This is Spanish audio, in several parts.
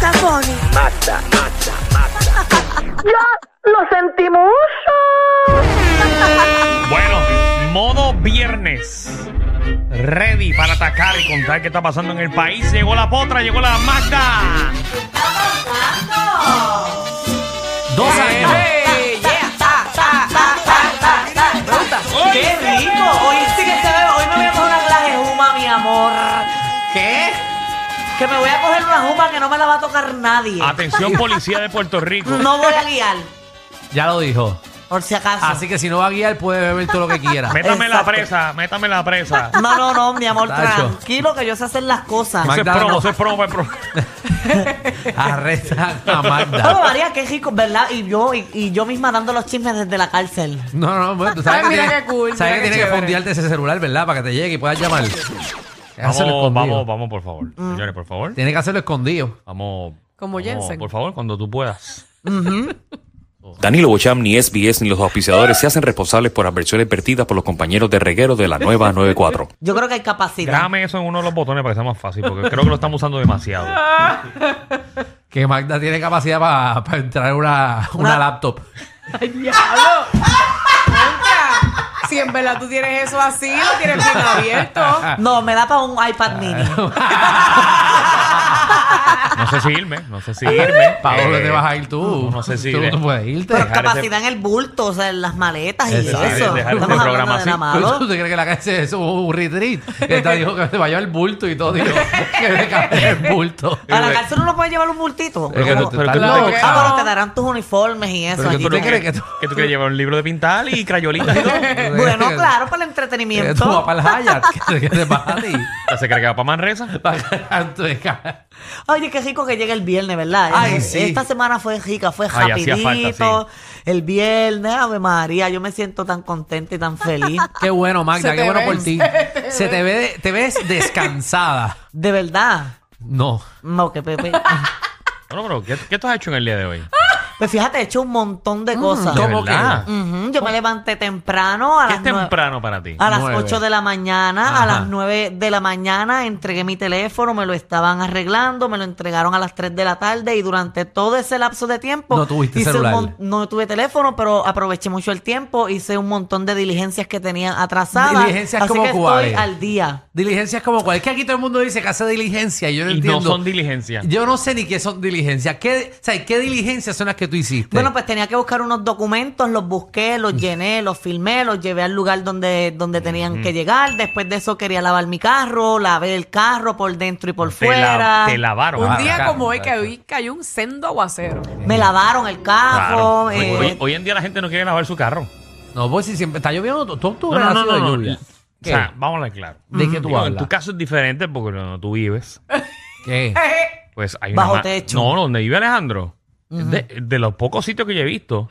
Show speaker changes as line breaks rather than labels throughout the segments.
Bad Bunny.
Mata, mata, mata.
¡Ya lo sentimos!
Bueno, modo viernes. Ready para atacar y contar qué está pasando en el país. Llegó la potra, llegó la Magda. Dos a
¡Ey! ¡Yeah! ¡Ah, ah, ah, ah, ah, ah! Me gusta. ¡Qué rico! Hoy sí que se ve. Hoy me voy a coger una clase juma, mi amor. ¿Qué? Que me voy a coger una juma que no me la va a tocar nadie.
Atención, policía de Puerto Rico.
No voy a guiar,
Ya lo dijo.
por si acaso.
Así que si no va a guiar, puede beber todo lo que quiera.
Métame la
Exacto.
presa, métame la presa.
No, no, no, mi amor,
Tacho.
tranquilo que yo sé hacer las cosas.
Eso es
Magda,
promo,
no.
eso es promo. es promo.
Arrestan a Magda.
Bueno, María, qué rico, ¿verdad? Y yo, y, y yo misma dando los chismes desde la cárcel.
No, no, bueno, tú sabes
Ay,
que
mira
tienes,
qué cool,
sabes
mira
que,
qué
tienes que
chévere.
fondearte ese celular, ¿verdad? Para que te llegue y puedas llamar.
Vamos, vamos, vamos, por favor.
Mm.
Señores, por favor.
Tienes que hacerlo escondido.
Vamos.
Como
vamos,
Jensen.
Por favor, cuando tú puedas.
Danilo Bocham, ni SBS, ni los auspiciadores se hacen responsables por adversiones vertidas por los compañeros de reguero de la nueva 94.
Yo creo que hay capacidad.
Déjame eso en uno de los botones para que sea más fácil, porque creo que lo estamos usando demasiado.
Que Magda tiene capacidad para entrar una, una
Una-
laptop.
¡Ay, diablo! Nunca. Si en verdad tú tienes eso así, lo tienes bien abierto.
No, me da para un iPad mini.
No sé si irme, no sé si irme.
¿Para dónde
Eh,
te vas a ir tú?
no, no sé si
Tú
iré.
no puedes irte.
Pero
Dejar ese-
capacidad en el bulto, o sea, en las maletas y
Exacto.
eso.
Dejar este
Estamos hablando
programa
de nada
así.
malo.
¿Tú te crees que la calle es un- un retreat? Que te dijo que te va a llevar el bulto y todo. Dijo, que me cabe el bulto.
A la cárcel uno puede llevar un bultito.
Es que
Pero-
tú
pero
estás
tú-
loco.
pero-
Ah, pero te darán tus uniformes y eso.
Pero que
allí.
tú te
¿Tú
crees
crees
que tú-
que tú quieres llevar un libro de pintar y crayolitas y todo?
Bueno,
que-
claro, para el
que Tú vas
entretenimiento.
para el Hyatt. que- Que te vas a ti.
¿Se cree que va para Manresa?
Para tu escala.
Oye, qué rico que llegue el viernes, ¿verdad?
Ay,
Eh,
sí.
Esta semana fue rica, fue
Ay, hacía
rapidito.
falta,
El viernes, Ave María, yo me siento tan contenta y tan feliz.
Qué bueno, Magda.
Se
Qué
te
bueno
ve,
por ti. Se te ve, de- te ves descansada.
De verdad.
No.
No, que Pepe.
Bueno, pero ¿qué, ¿qué tú has hecho en el día de hoy?
Pues fíjate, he hecho un montón de cosas.
¿De
¿Cómo
verdad?
Ujú, Yo me levanté temprano a
¿Qué
las
es
nueve-
temprano para ti?
A las
Nueve.
8 de la mañana, a
Ajá.
las 9 de la mañana entregué mi teléfono, me lo estaban arreglando, me lo entregaron a las 3 de la tarde y durante todo ese lapso de tiempo
No tuviste
hice un
celular.
mon- no tuve teléfono, pero aproveché mucho el tiempo, hice un montón de diligencias que tenían atrasadas.
Diligencias
así
como
que
cuáles.
estoy al día.
Diligencias como cual. Es que aquí todo el mundo dice que hace diligencia. y Yo no
Y
entiendo.
no son diligencias.
Yo no sé ni qué son diligencias. ¿Qué, o sea, ¿Qué diligencias son las que tú hiciste?
Bueno, pues tenía que buscar unos documentos, los busqué,
Mm.
los llené, los filmé, los llevé al lugar donde, donde tenían que llegar. Después de eso quería lavar mi carro, lavé el carro por dentro y por
Te la-
fuera.
te lavaron.
Un
Ah,
día
acá,
como hoy, que
acá.
hoy cayó un sendo aguacero.
Eh,
Me lavaron el
Claro.
carro.
Hoy,
eh,
hoy- hoy en día la gente no quiere lavar su carro.
No, pues si siempre está lloviendo, todo
No,
octubre
no,
ha
no,
sido
no.
de
no.
lluvia.
O sea, vamos a hablar claro.
¿De qué tú
Digo, en
hablas?
tu caso es diferente porque no, tú vives.
¿Qué?
Pues hay
Bajo
una ma-
techo.
No, donde vive Alejandro. de, de los pocos sitios que yo he visto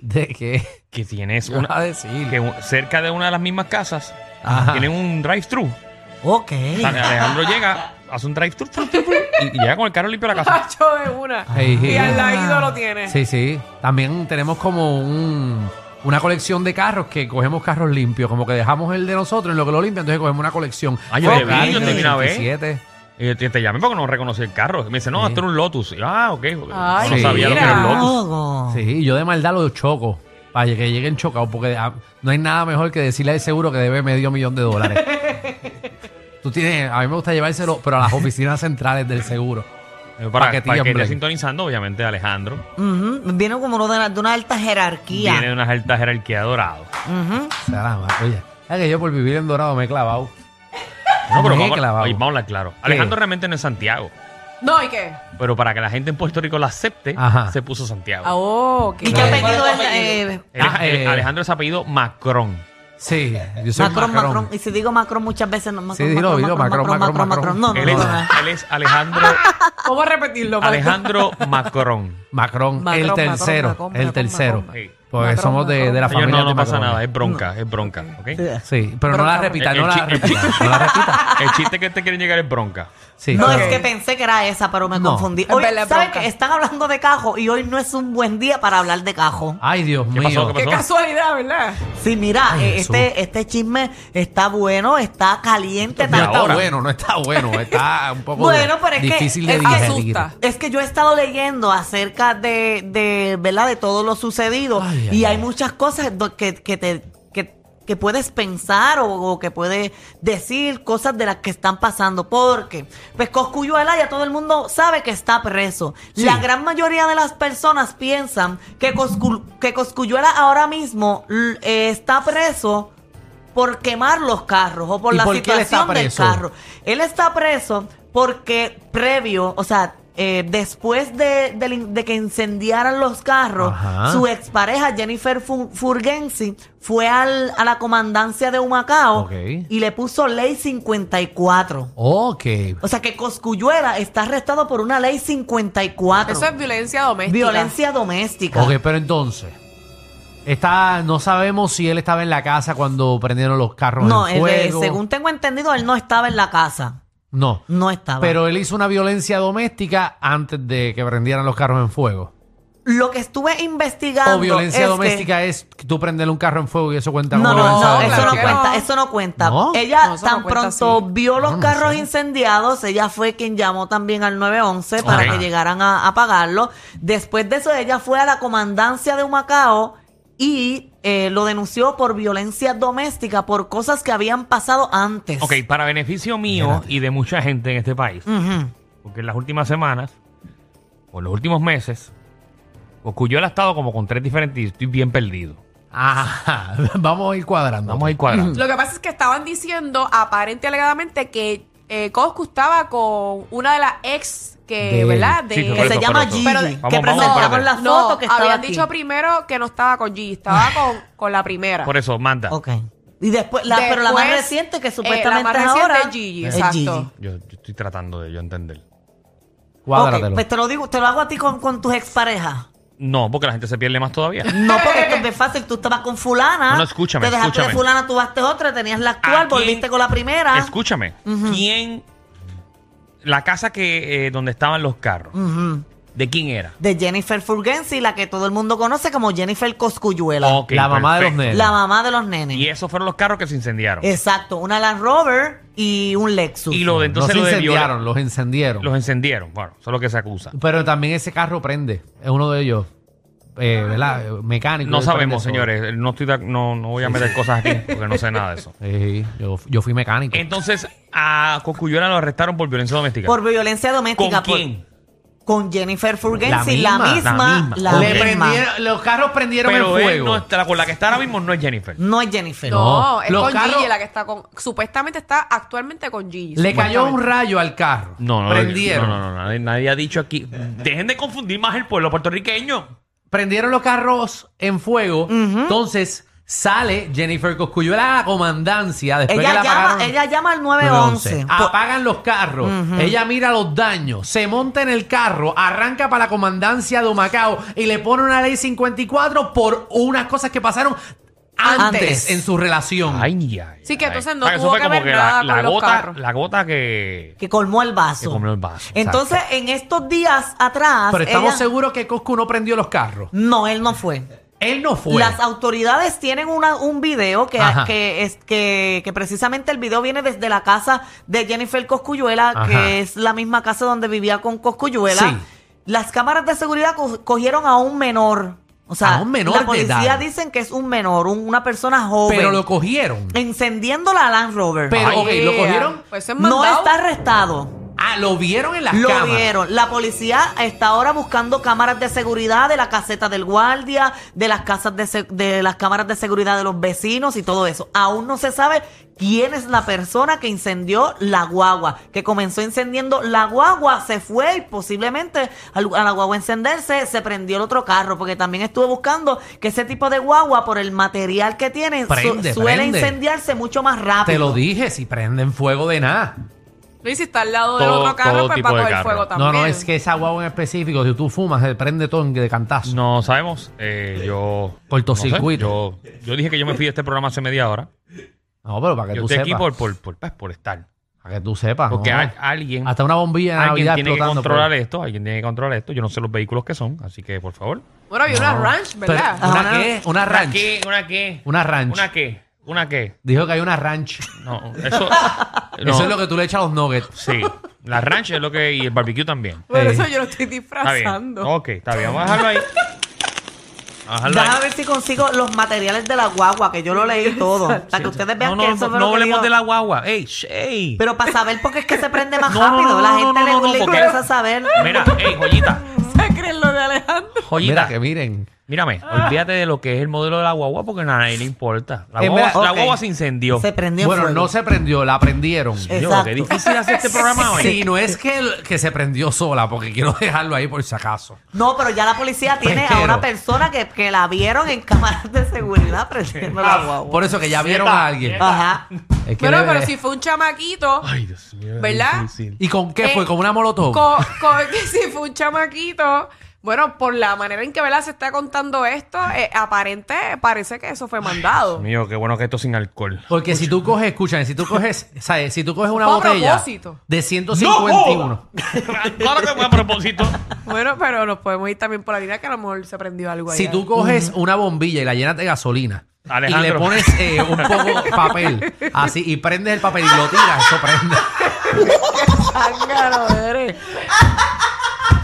¿De qué?
que tienes
¿Qué vas a
una,
decir?
que un- cerca de una de las mismas casas
Ajá.
tienen un drive-thru.
Ok.
O sea, Alejandro llega, hace un drive-thru tru, tru, tru, y, y llega con el carro limpio a la casa.
Tacho de una.
Ay,
Y
sí.
al lado lo tiene.
Sí, sí. También tenemos como un- una colección de carros que cogemos carros limpios, como que dejamos el de nosotros en lo que lo limpia, entonces cogemos una colección.
Ah, yo
Fue
te vi,
Ferrari
yo te vi una vez.
87.
Y te, te llamé porque no reconocí el carro. Me dice, no, esto era un Lotus. Y yo, ah, ok.
Ay,
no sabía lo que era un
mira.
Lotus.
Logo.
Sí, yo de maldad lo choco. Para que lleguen chocados, porque ah, no hay nada mejor que decirle al seguro que debe medio millón de dólares. Tú tienes, a mí me gusta llevárselo, pero a las oficinas centrales del seguro.
Eh, Para,
Pa' que
para que esté
tiemblen.
sintonizando, obviamente, Alejandro.
Ujú, Viene como uno de, una- de una alta jerarquía.
Viene de una alta jerarquía de dorado.
Ujú.
O sea, nada más, oye, es que yo por vivir en Dorado me he clavado.
No, pero
Me he
vamos,
clavado.
oye, vamos a hablar claro. Alejandro realmente no es Santiago.
No, ¿y qué?
Pero para que la gente en Puerto Rico lo acepte,
Ajá.
se puso Santiago.
Ah, oh, qué
¿Y qué
Claro.
apellido es? eh,
Él es-
Ah,
él-
eh.
Alejandro es apellido Macron.
Sí, yo soy
eh, Macron, Macron,
Macron.
Y si digo Macron muchas veces, no, Macron,
Sí, dilo, dilo, Macron, Macron, Macron.
No, no,
Él es,
no,
Ah.
no.
él es Alejandro,
¿Cómo repetirlo? Pues, Marta?
Alejandro Macron.
Macron,
Macron,
el
Macron,
tercero,
Macron,
el
Macron,
tercero.
Macron.
Sí.
Porque
Una
somos de,
trompa,
de la
Señor,
familia.
no, no pasa
Timacoa.
nada, es bronca, es bronca. ¿ok? El,
Sí, pero no la repita,
El-
no
el
la
chi- el
repita.
chi-
No la repita.
chiste que te quieren llegar es bronca.
Sí,
No,
pero-
es que pensé que era esa, pero me
No.
confundí.
Es
Hoy,
verdad, es
¿saben
bronca.
qué? Están hablando de cajo y hoy no es un buen día para hablar de cajo.
Ay, Dios
¿Qué
mío.
pasó? ¿Qué
Qué
pasó?
casualidad, ¿verdad?
Sí, mira,
Ay,
eh,
Jesús.
este, este chisme está bueno, está caliente.
No
Está,
está
ahora.
bueno, no está bueno. Está un poco
Bueno, pero es que-
difícil de
es que
digerir.
asusta.
Es que yo he estado leyendo acerca de, de ¿verdad? De todo lo sucedido
Ay, ay,
y hay
ay.
muchas cosas do- que, que te... Que, que puedes pensar o, o que puedes decir cosas de las que están pasando. Porque, pues Coscuyuela ya todo el mundo sabe que está preso.
Sí.
La gran mayoría de las personas piensan que, Coscu- que Coscuyuela ahora mismo l- eh, está preso por quemar los carros o por
¿Y
la
por qué él está
situación del
preso?
carro. Él está preso porque previo, o sea, eh, después de, del in- de que incendiaran los carros,
Ajá.
su expareja Jennifer Fu- Furgensi fue al- a la comandancia de Humacao
Ok.
y le puso ley 54.
Ok.
O sea que Cosculluela está arrestado por una ley 54.
Eso es violencia doméstica.
violencia doméstica.
Ok, pero entonces. Está, no sabemos si él estaba en la casa cuando prendieron los carros
No, él,
en
eh,
fuego.
según tengo entendido, él no estaba en la casa.
No.
No estaba.
Pero él hizo una violencia doméstica antes de que prendieran los carros en fuego.
lo que estuve investigando.
o violencia
es que-
doméstica es que tú prenderle un carro en fuego y eso cuenta
No,
como
no,
violencia
no, eso
no,
no
claro que
doméstica.
cuenta,
no.
eso no cuenta.
¿No?
Ella
No, eso no
tan
cuenta
pronto
así.
vio los
No, no
carros
sé.
incendiados, ella fue quien llamó también al 911 para
Ok.
que llegaran a apagarlo. Después de eso, ella fue a la comandancia de Humacao y eh, lo denunció por violencia doméstica, por cosas que habían pasado antes.
Ok, para beneficio mío y de mucha gente en este país,
Ujú.
porque en las últimas semanas, o en los últimos meses, Coscuyola ha estado como con tres diferentes y estoy bien perdido.
Ajá. Ah, Vamos a ir cuadrando.
Vamos a ir cuadrando.
Lo que pasa es que estaban diciendo, aparente y alegadamente, que eh, Coscu estaba con una de las ex que,
De él.
¿verdad? De,
Sí,
Que
por
se
eso,
llama
por eso.
Gigi,
Pero-
que
Vamos, vamos,
presentamos
espérate.
la foto
no,
que estaba
habían
aquí.
dicho primero que no estaba con G, estaba con, con la primera.
Por eso, manda.
Ok. Y después, la- pero la más
Después,
reciente que
eh,
supuestamente
la más
es
reciente
ahora
es Gigi,
es
exacto.
Gigi.
Yo, yo estoy tratando de yo entender.
Cuádratelo.
Ok, pues te lo digo, te lo hago a ti con, con tus exparejas.
No, porque la gente se pierde más todavía.
No, porque esto es bien fácil. Tú estabas con fulana.
No, no, escúchame,
Te dejaste
escúchame.
de fulana, tú baste otra, tenías la actual,
Aquí-
volviste con la primera.
Escúchame, ¿quién... La casa que eh, donde estaban los carros,
Ujú.
¿de quién era?
De Jennifer Furgensi, la que todo el mundo conoce como Jennifer Coscuyuela.
Ok,
la mamá de los
perfecto.
nenes.
La mamá de los nenes.
Y esos fueron los carros que se incendiaron.
Exacto, una Land Rover y un Lexus.
Y lo de Pues entonces
los
lo de
incendiaron,
viola-
los encendieron.
Los encendieron. Bueno, eso es lo que se acusa.
Pero también ese carro prende. Es uno de ellos. Eh, ¿Verdad? Eh,
Ah.
Mecánico.
No
Él
sabemos,
prende
señores. No, estoy, de- no, no voy a meter cosas aquí porque no sé nada de eso.
solo. Sí, yo, yo fui mecánico.
Entonces, a Coscuyola lo arrestaron por violencia doméstica.
Por violencia
¿Con
doméstica. por-
quién?
con Jennifer Furgensi,
La
la
misma,
misma.
la misma.
La misma.
Le prendieron- los carros prendieron
Pero
en
él
fuego.
no está, la con la que está ahora mismo no es Jennifer.
No es Jennifer.
No,
No, es
los
con
carros-
Gigi la que está con. Supuestamente está actualmente con Gigi.
Le cayó un
supuestamente.
rayo al carro.
No, no,
prendieron.
No, no, no, nadie, nadie ha dicho aquí. Dejen de confundir más el pueblo puertorriqueño.
Prendieron los carros en fuego. Entonces sale Jennifer Cosculluela a la comandancia después que
Ella
la apagaron.
llama,
Ah,
ella llama al 911. Por-
Apagan los carros. Ella mira los daños. Se monta en el carro. Arranca para la comandancia de Humacao. Y le pone una ley 54 por unas cosas que pasaron antes,
Antes.
en su relación.
Ay, ay.
Sí, que
ay.
entonces no
O sea, eso
tuvo
fue
que
como
ver
la,
nada
la
con los
gota,
carros.
la gota que,
que colmó el
que
vaso.
comió el vaso.
Entonces, en estos días atrás.
Pero estamos
ella-
seguros que Coscu no prendió los carros.
No, él no fue.
Él no fue.
Las autoridades tienen una- un video que,
Pues. Ajá.
que, es, que, que precisamente el video viene desde la casa de Jennifer Coscuyuela,
Ajá.
que es la misma casa donde vivía con Coscuyuela.
Sí.
Las cámaras de seguridad co- cogieron a un menor. O sea,
A un menor
la
de edad.
policía dicen que es un menor, un- una persona joven.
pero lo cogieron.
Encendiendo la Land Rover.
Pero,
Ay,
ok, ¿lo cogieron?
Pues es
no
mandado.
está arrestado.
Ah, lo vieron en las
Lo
cámaras.
vieron. La policía está ahora buscando cámaras de seguridad de la caseta del guardia, de las casas de, se- de las cámaras de seguridad de los vecinos y todo eso. Aún no se sabe quién es la persona que incendió la guagua, que comenzó encendiendo la guagua, se fue y posiblemente al- a la guagua encenderse se prendió el otro carro, porque también estuve buscando que ese tipo de guagua por el material que tiene su-
Prende,
suele
prende.
incendiarse mucho más rápido.
Te lo dije, si prenden fuego de nada.
No, y si está al lado del
Todo-
otro carro,
todo
pues
tipo
va a
de
coger
carro.
fuego
No,
también.
no, es que esa guagua en específico, si tú fumas, se prende todo en- de cantazo.
No sabemos. Eh, yo.
Cortocircuito.
no sé, yo, yo dije que yo me fui de este programa hace media hora.
No, pero para que
Yo
tú
estoy
sepas.
aquí por, por, por, pues, por estar.
Para que tú sepas.
Porque
no.
hay alguien.
Hasta una bombilla de
Alguien
Navidad
tiene que
explotando.
controlar
pues.
esto, alguien tiene que controlar esto. Yo no sé los vehículos que son, así que por favor.
Bueno, había una
No.
ranch, ¿verdad?
Pero, ¿Una qué? Una ranch.
qué? ¿Una qué?
Una ranch.
¿Una qué? ¿Una qué?
Dijo que hay una ranch.
No, eso.
Eso es lo que tú le echas a los nuggets.
Sí, la ranch es lo que. Y el barbecue también.
Por
Eh.
eso yo lo
Está
estoy
bien.
disfrazando.
Ok, está bien. Vamos a dejarlo ahí. Vamos a dejarlo
Déjame
ahí.
ver si consigo los materiales de la guagua, que yo lo leí todo. Para que ustedes
No,
vean que
no,
eso
no, no
fue lo que
hablemos
dijo.
de la guagua. ¡Ey! sh- ey.
Pero para saber por qué es que se prende más
No, no,
rápido.
no,
la
no,
gente
no,
le,
no, no,
le
porque-
interesa saber.
Mira, ey, joyita.
¿Se creen lo de Alejandro?
Joyita.
Mira que miren.
Mírame, olvídate de lo que es el modelo de la guagua porque nada, a nadie le importa. La
Eh,
guagua,
mira,
la
ok.
guagua se incendió.
Se prendió
Bueno,
fuego.
no se prendió, la prendieron.
Dios, qué
Exacto.
difícil hacer este programa hoy.
Sí, no es que, que se prendió sola, porque quiero dejarlo ahí por si acaso.
No, pero ya la policía
Pues
tiene a una
Pero-
persona que, que la vieron en cámaras de seguridad prendiendo
Ah,
la guagua.
Por eso que ya vieron a alguien.
Ajá.
Es que
Ah. Bueno,
le-
pero si fue un chamaquito,
Ay, Dios mío.
¿verdad?
¿Y con qué fue?
Eh,
¿Con una molotov?
co- co- que si fue un chamaquito, bueno, por la manera en que ¿verdad? se está contando esto, eh, aparente parece que eso fue mandado.
Dios mío, qué bueno que esto es sin alcohol.
Porque si tú coges, escúchame, si tú coges, ¿sabes? Si tú coges una
Fue a
botella
propósito.
de 151.
claro que fue a propósito.
Bueno, pero nos podemos ir también por la vida que a lo mejor se prendió algo ahí.
Si tú coges una bombilla y la llenas de gasolina
Alejandro.
y le pones eh, un poco papel así y prendes el papel y lo tiras, eso prende.
Ángaro, eres.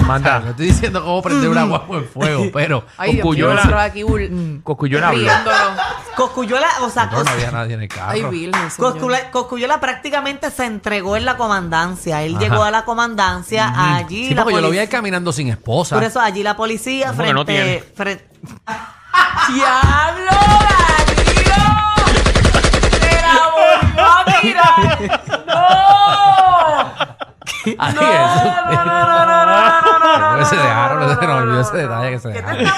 No
Manda.
estoy diciendo cómo prender una guagua en fuego, pero
Ay, Dios mío,
Cucuyola.
nosotros aquí
Mm,
bul-
Cosculluela habló.
riéndonos.
Coscuyola, o sea,
no,
Cos-
Ah, no había nadie en el carro.
Ay, Virgen, señor.
Coscuyola, Coscuyola prácticamente se entregó en la comandancia. Él llegó a la comandancia allí.
Sí,
la
porque yo lo vi
polic-
ahí caminando sin esposa.
Por eso allí la policía
Porque
frente,
no tiene.
frente-
¡Diablo! ¡Danilo! ¡Se la volvió a tirar! ¡No!
Ay,
¡No, no, no, no, no, no, no, no, no, no,
Que se
no,
dejaron,
no,
se
no,
nos olvidó
no,
ese
no,
detalle
no.
que se
¿Qué
dejaron.
te está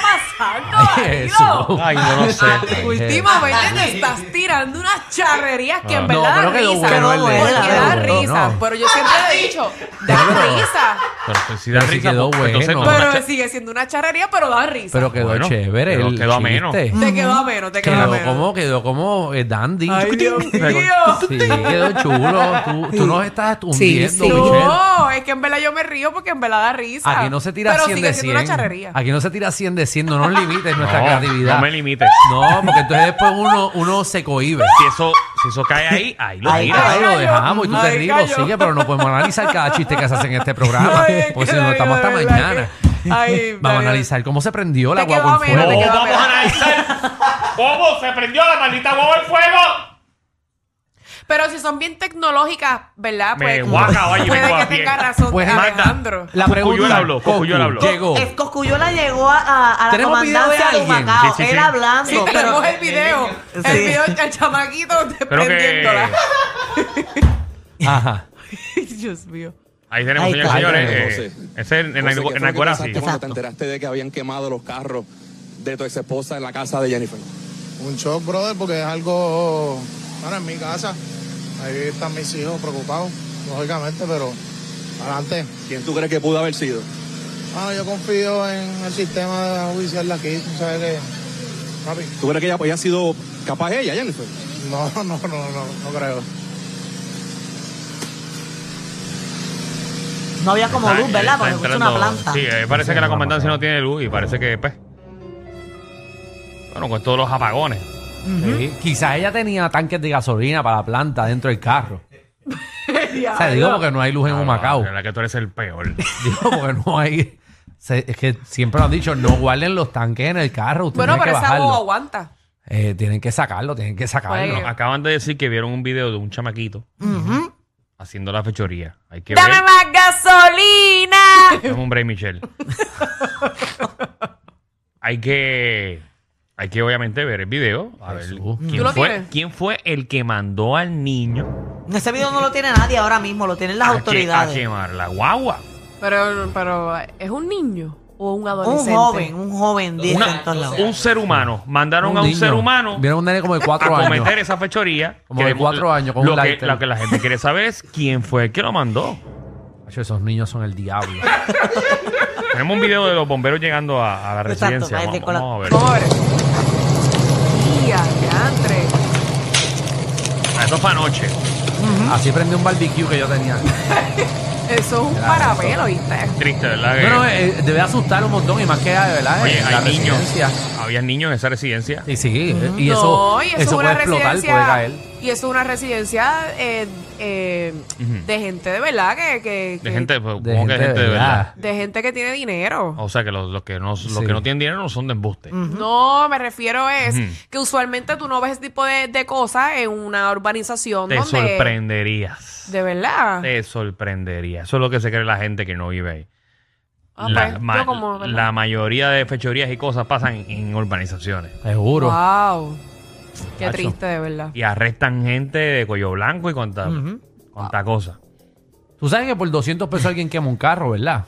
pasando,
Ay,
Danilo?
Jesús.
Ay, yo no sé.
Ay,
Últimamente te estás tirando unas charrerías que en
No,
verdad
pero
da
quedó
risa.
bueno
el de-
Porque
quedó
da
bueno,
risa.
no.
Pero yo siempre he dicho, da
Pero-
risa.
Pero pues, si da
Pero si
risa,
quedó
pues, entonces no
bueno.
es una
Pero
cha-
sigue siendo una charrería, pero da risa.
Pero quedó
Bueno,
chévere.
pero
el
quedó ameno.
chiste.
te quedó a menos, te quedó, a
Quedó
menos.
como, quedó como eh, dandy.
Ay, Dios mío.
Sí, quedó chulo. Tú, tú nos estás hundiendo,
No,
Michelle.
es que en verdad yo me río porque en verdad da risa.
Aquí no se tira
Pero
100
sigue
de
siendo
100.
una charrería.
Aquí no se tira 100 de 100. No nos limites nuestra
No,
creatividad.
No me limites.
No, porque entonces después uno, uno se cohíbe.
Si eso, si eso cae ahí, ahí lo
Ahí
tiras.
Claro, lo
cayó.
dejamos y tú te
Ahí
ríes,
cayó.
lo sigue, pero no podemos analizar cada chiste que se hace en este programa.
Ay, es
Pues
que
si no
Danilo,
estamos hasta
de verdad
mañana.
que-
Vamos
Ay,
a
Danilo.
analizar cómo se prendió la
Te quedó
guagua en
ameno,
fuego.
te quedó ameno.
analizar cómo se prendió la maldita guagua al fuego.
Pero si son bien tecnológicas, ¿verdad?
Me
Pues,
guaca, oye, me
puede que
guaca
tenga
bien.
razón
Pues,
Alejandro.
La
Coco, yo
pregunta
hablo, Coco, yo
Coco,
hablo.
Llegó.
Es- Coscuyola llegó a, a- a la
Tenemos video de
comandancia de,
alguien.
Humacao.
Sí, sí, sí.
Él hablando,
Sí,
pero
tenemos el video. El video del chamaquito
Creo
desprendiéndola.
que.
Ajá.
Ay, Dios mío.
Ahí tenemos,
Ahí
señores
está.
Ahí
señores. eh,
tenemos,
ese es en, en,
José, ¿qué
Algo-
fue
en
lo que
Algorasi.
pensaste cuando te enteraste de que habían quemado los carros de tu ex esposa en la casa de Jennifer?
Un shock, brother, porque es algo. Bueno, en mi casa. Ahí están mis hijos preocupados, lógicamente, pero adelante.
¿Quién tú crees que pudo haber sido?
Bueno, yo confío en el sistema judicial de aquí, tú sabes que. Papi,
¿Tú crees que ella había sido capaz ella, Jennifer?
no, no, no, no, no creo.
no había como
Está-
luz, ¿verdad?
Ah, está
Porque escucha una
entrando-
planta.
Sí, eh, parece que la comandancia no tiene luz y parece que, pues. Bueno, con todos los apagones.
Sí, Quizás ella tenía tanques de gasolina para la planta dentro del carro. o sea, digo porque no hay luz en Humacao.
La que tú eres el peor.
Digo porque no hay. se- es que siempre lo han dicho, no guarden los tanques en el carro. Ustedes
Bueno, pero
tienen que
esa
bajarlo.
boba aguanta.
Eh, tienen que sacarlo, tienen que sacarlo.
Oye.
Bueno, acaban de decir que vieron un video de un chamaquito haciendo la fechoría. Hay que ver.
más gasolina!
Dame un break, Michelle. hay que. Hay que obviamente ver el video. A ver,
Jesús.
¿quién,
¿Tú lo
fue,
tienes?
¿quién fue el que mandó al niño
Ese video no lo tiene nadie ahora mismo, lo tienen las
a, que- a
autoridades.
quemar la guagua?
Pero, pero, ¿es un niño? o un
Un
adolescente.
joven, un joven, dicen
Una-
en todos lados.
un ser humano. Mandaron a un
niño.
ser humano
Vieron un nene como de
a
cuatro años.
cometer esa fechoría.
Como de
Queremos-
cuatro años, con
lo
un
que,
lighter.
lo que la gente quiere saber es quién fue el que lo mandó.
Hacho, esos niños son el diablo.
Tenemos un video de los bomberos llegando a, a la
Exacto,
residencia.
parece
Vamos,
con la-
vamos a ver.
Pobre. Tía, diantre.
Ah, Eso fue anoche.
Así prendí un barbecue que yo tenía.
Eso es un parabelo, ¿viste?
Triste, ¿verdad? Que-
No, no, eh, debe asustar un montón y más que, ¿verdad?
Oye,
Eh, la
hay niños.
residencia.
Había niños en esa residencia.
Sí, sí. eh, Y eso,
no, y eso,
eso,
es
puede
una
explotar, puede
residencia.
caer.
Y eso es una residencia eh, eh,
Mm.
de gente de verdad que. que-
De
que-
gente, pues, supongo que de gente de verdad.
de gente que tiene dinero.
O sea, que los, los que, no, los
Sí.
que no tienen dinero no son de embuste.
Mm. No, me refiero es
Ujú.
que usualmente tú no ves ese tipo de, de cosas en una urbanización
Te
donde.
sorprenderías.
De verdad.
Te sorprendería. Eso es lo que se cree la gente que no vive ahí.
Ah,
la,
pues,
ma-
yo como, ¿verdad?
la mayoría de fechorías y cosas pasan en urbanizaciones.
Seguro.
Wow. Qué
Tacho.
triste, de verdad.
Y arrestan gente de cuello blanco y cuanta, cuanta cosa.
Tú sabes que por 200 pesos alguien quema un carro, ¿verdad?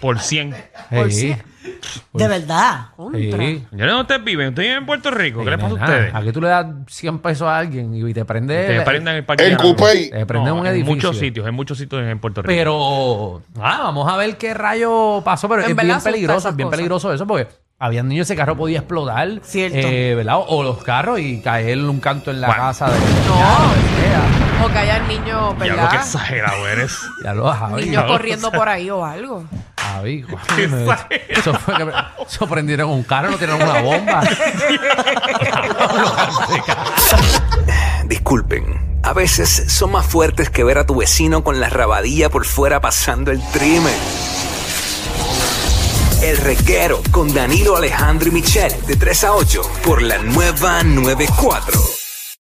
Por 100.
Por
Sí.
cien.
De verdad.
Contra.
Sí.
Yo no sé dónde ustedes viven. Ustedes viven en Puerto Rico. ¿Qué les pasa a
Nena,
ustedes?
Aquí tú le das 100 pesos a alguien y te prende.
Ustedes prenden el parque.
El
de algo.
cupé.
te prende
No,
Eh, un
en
edificio.
muchos sitios, en muchos sitios en Puerto Rico.
Pero, ah, vamos a ver qué rayo pasó. Pero es
En verdad
bien
asusta
peligroso,
esas
es bien
cosas.
peligroso eso porque habían niños, ese carro podía explotar.
Cierto.
eh, ¿verdad? O los carros y caer un canto en la
Bueno.
casa de.
No. O que hayan niños,
Ya lo que
¿verdad?
exagerado eres.
Ya lo Javi.
Niños corriendo por ahí o algo.
Javi, guau,
Qué
me-
exagerado.
eso fue que- eso prendieron un carro, no tiraron una bomba.
Disculpen. A veces son más fuertes que ver a tu vecino con la rabadilla por fuera pasando el trimen. El reguero con Danilo Alejandro y Michel de 3 a 8 por la nueva 94.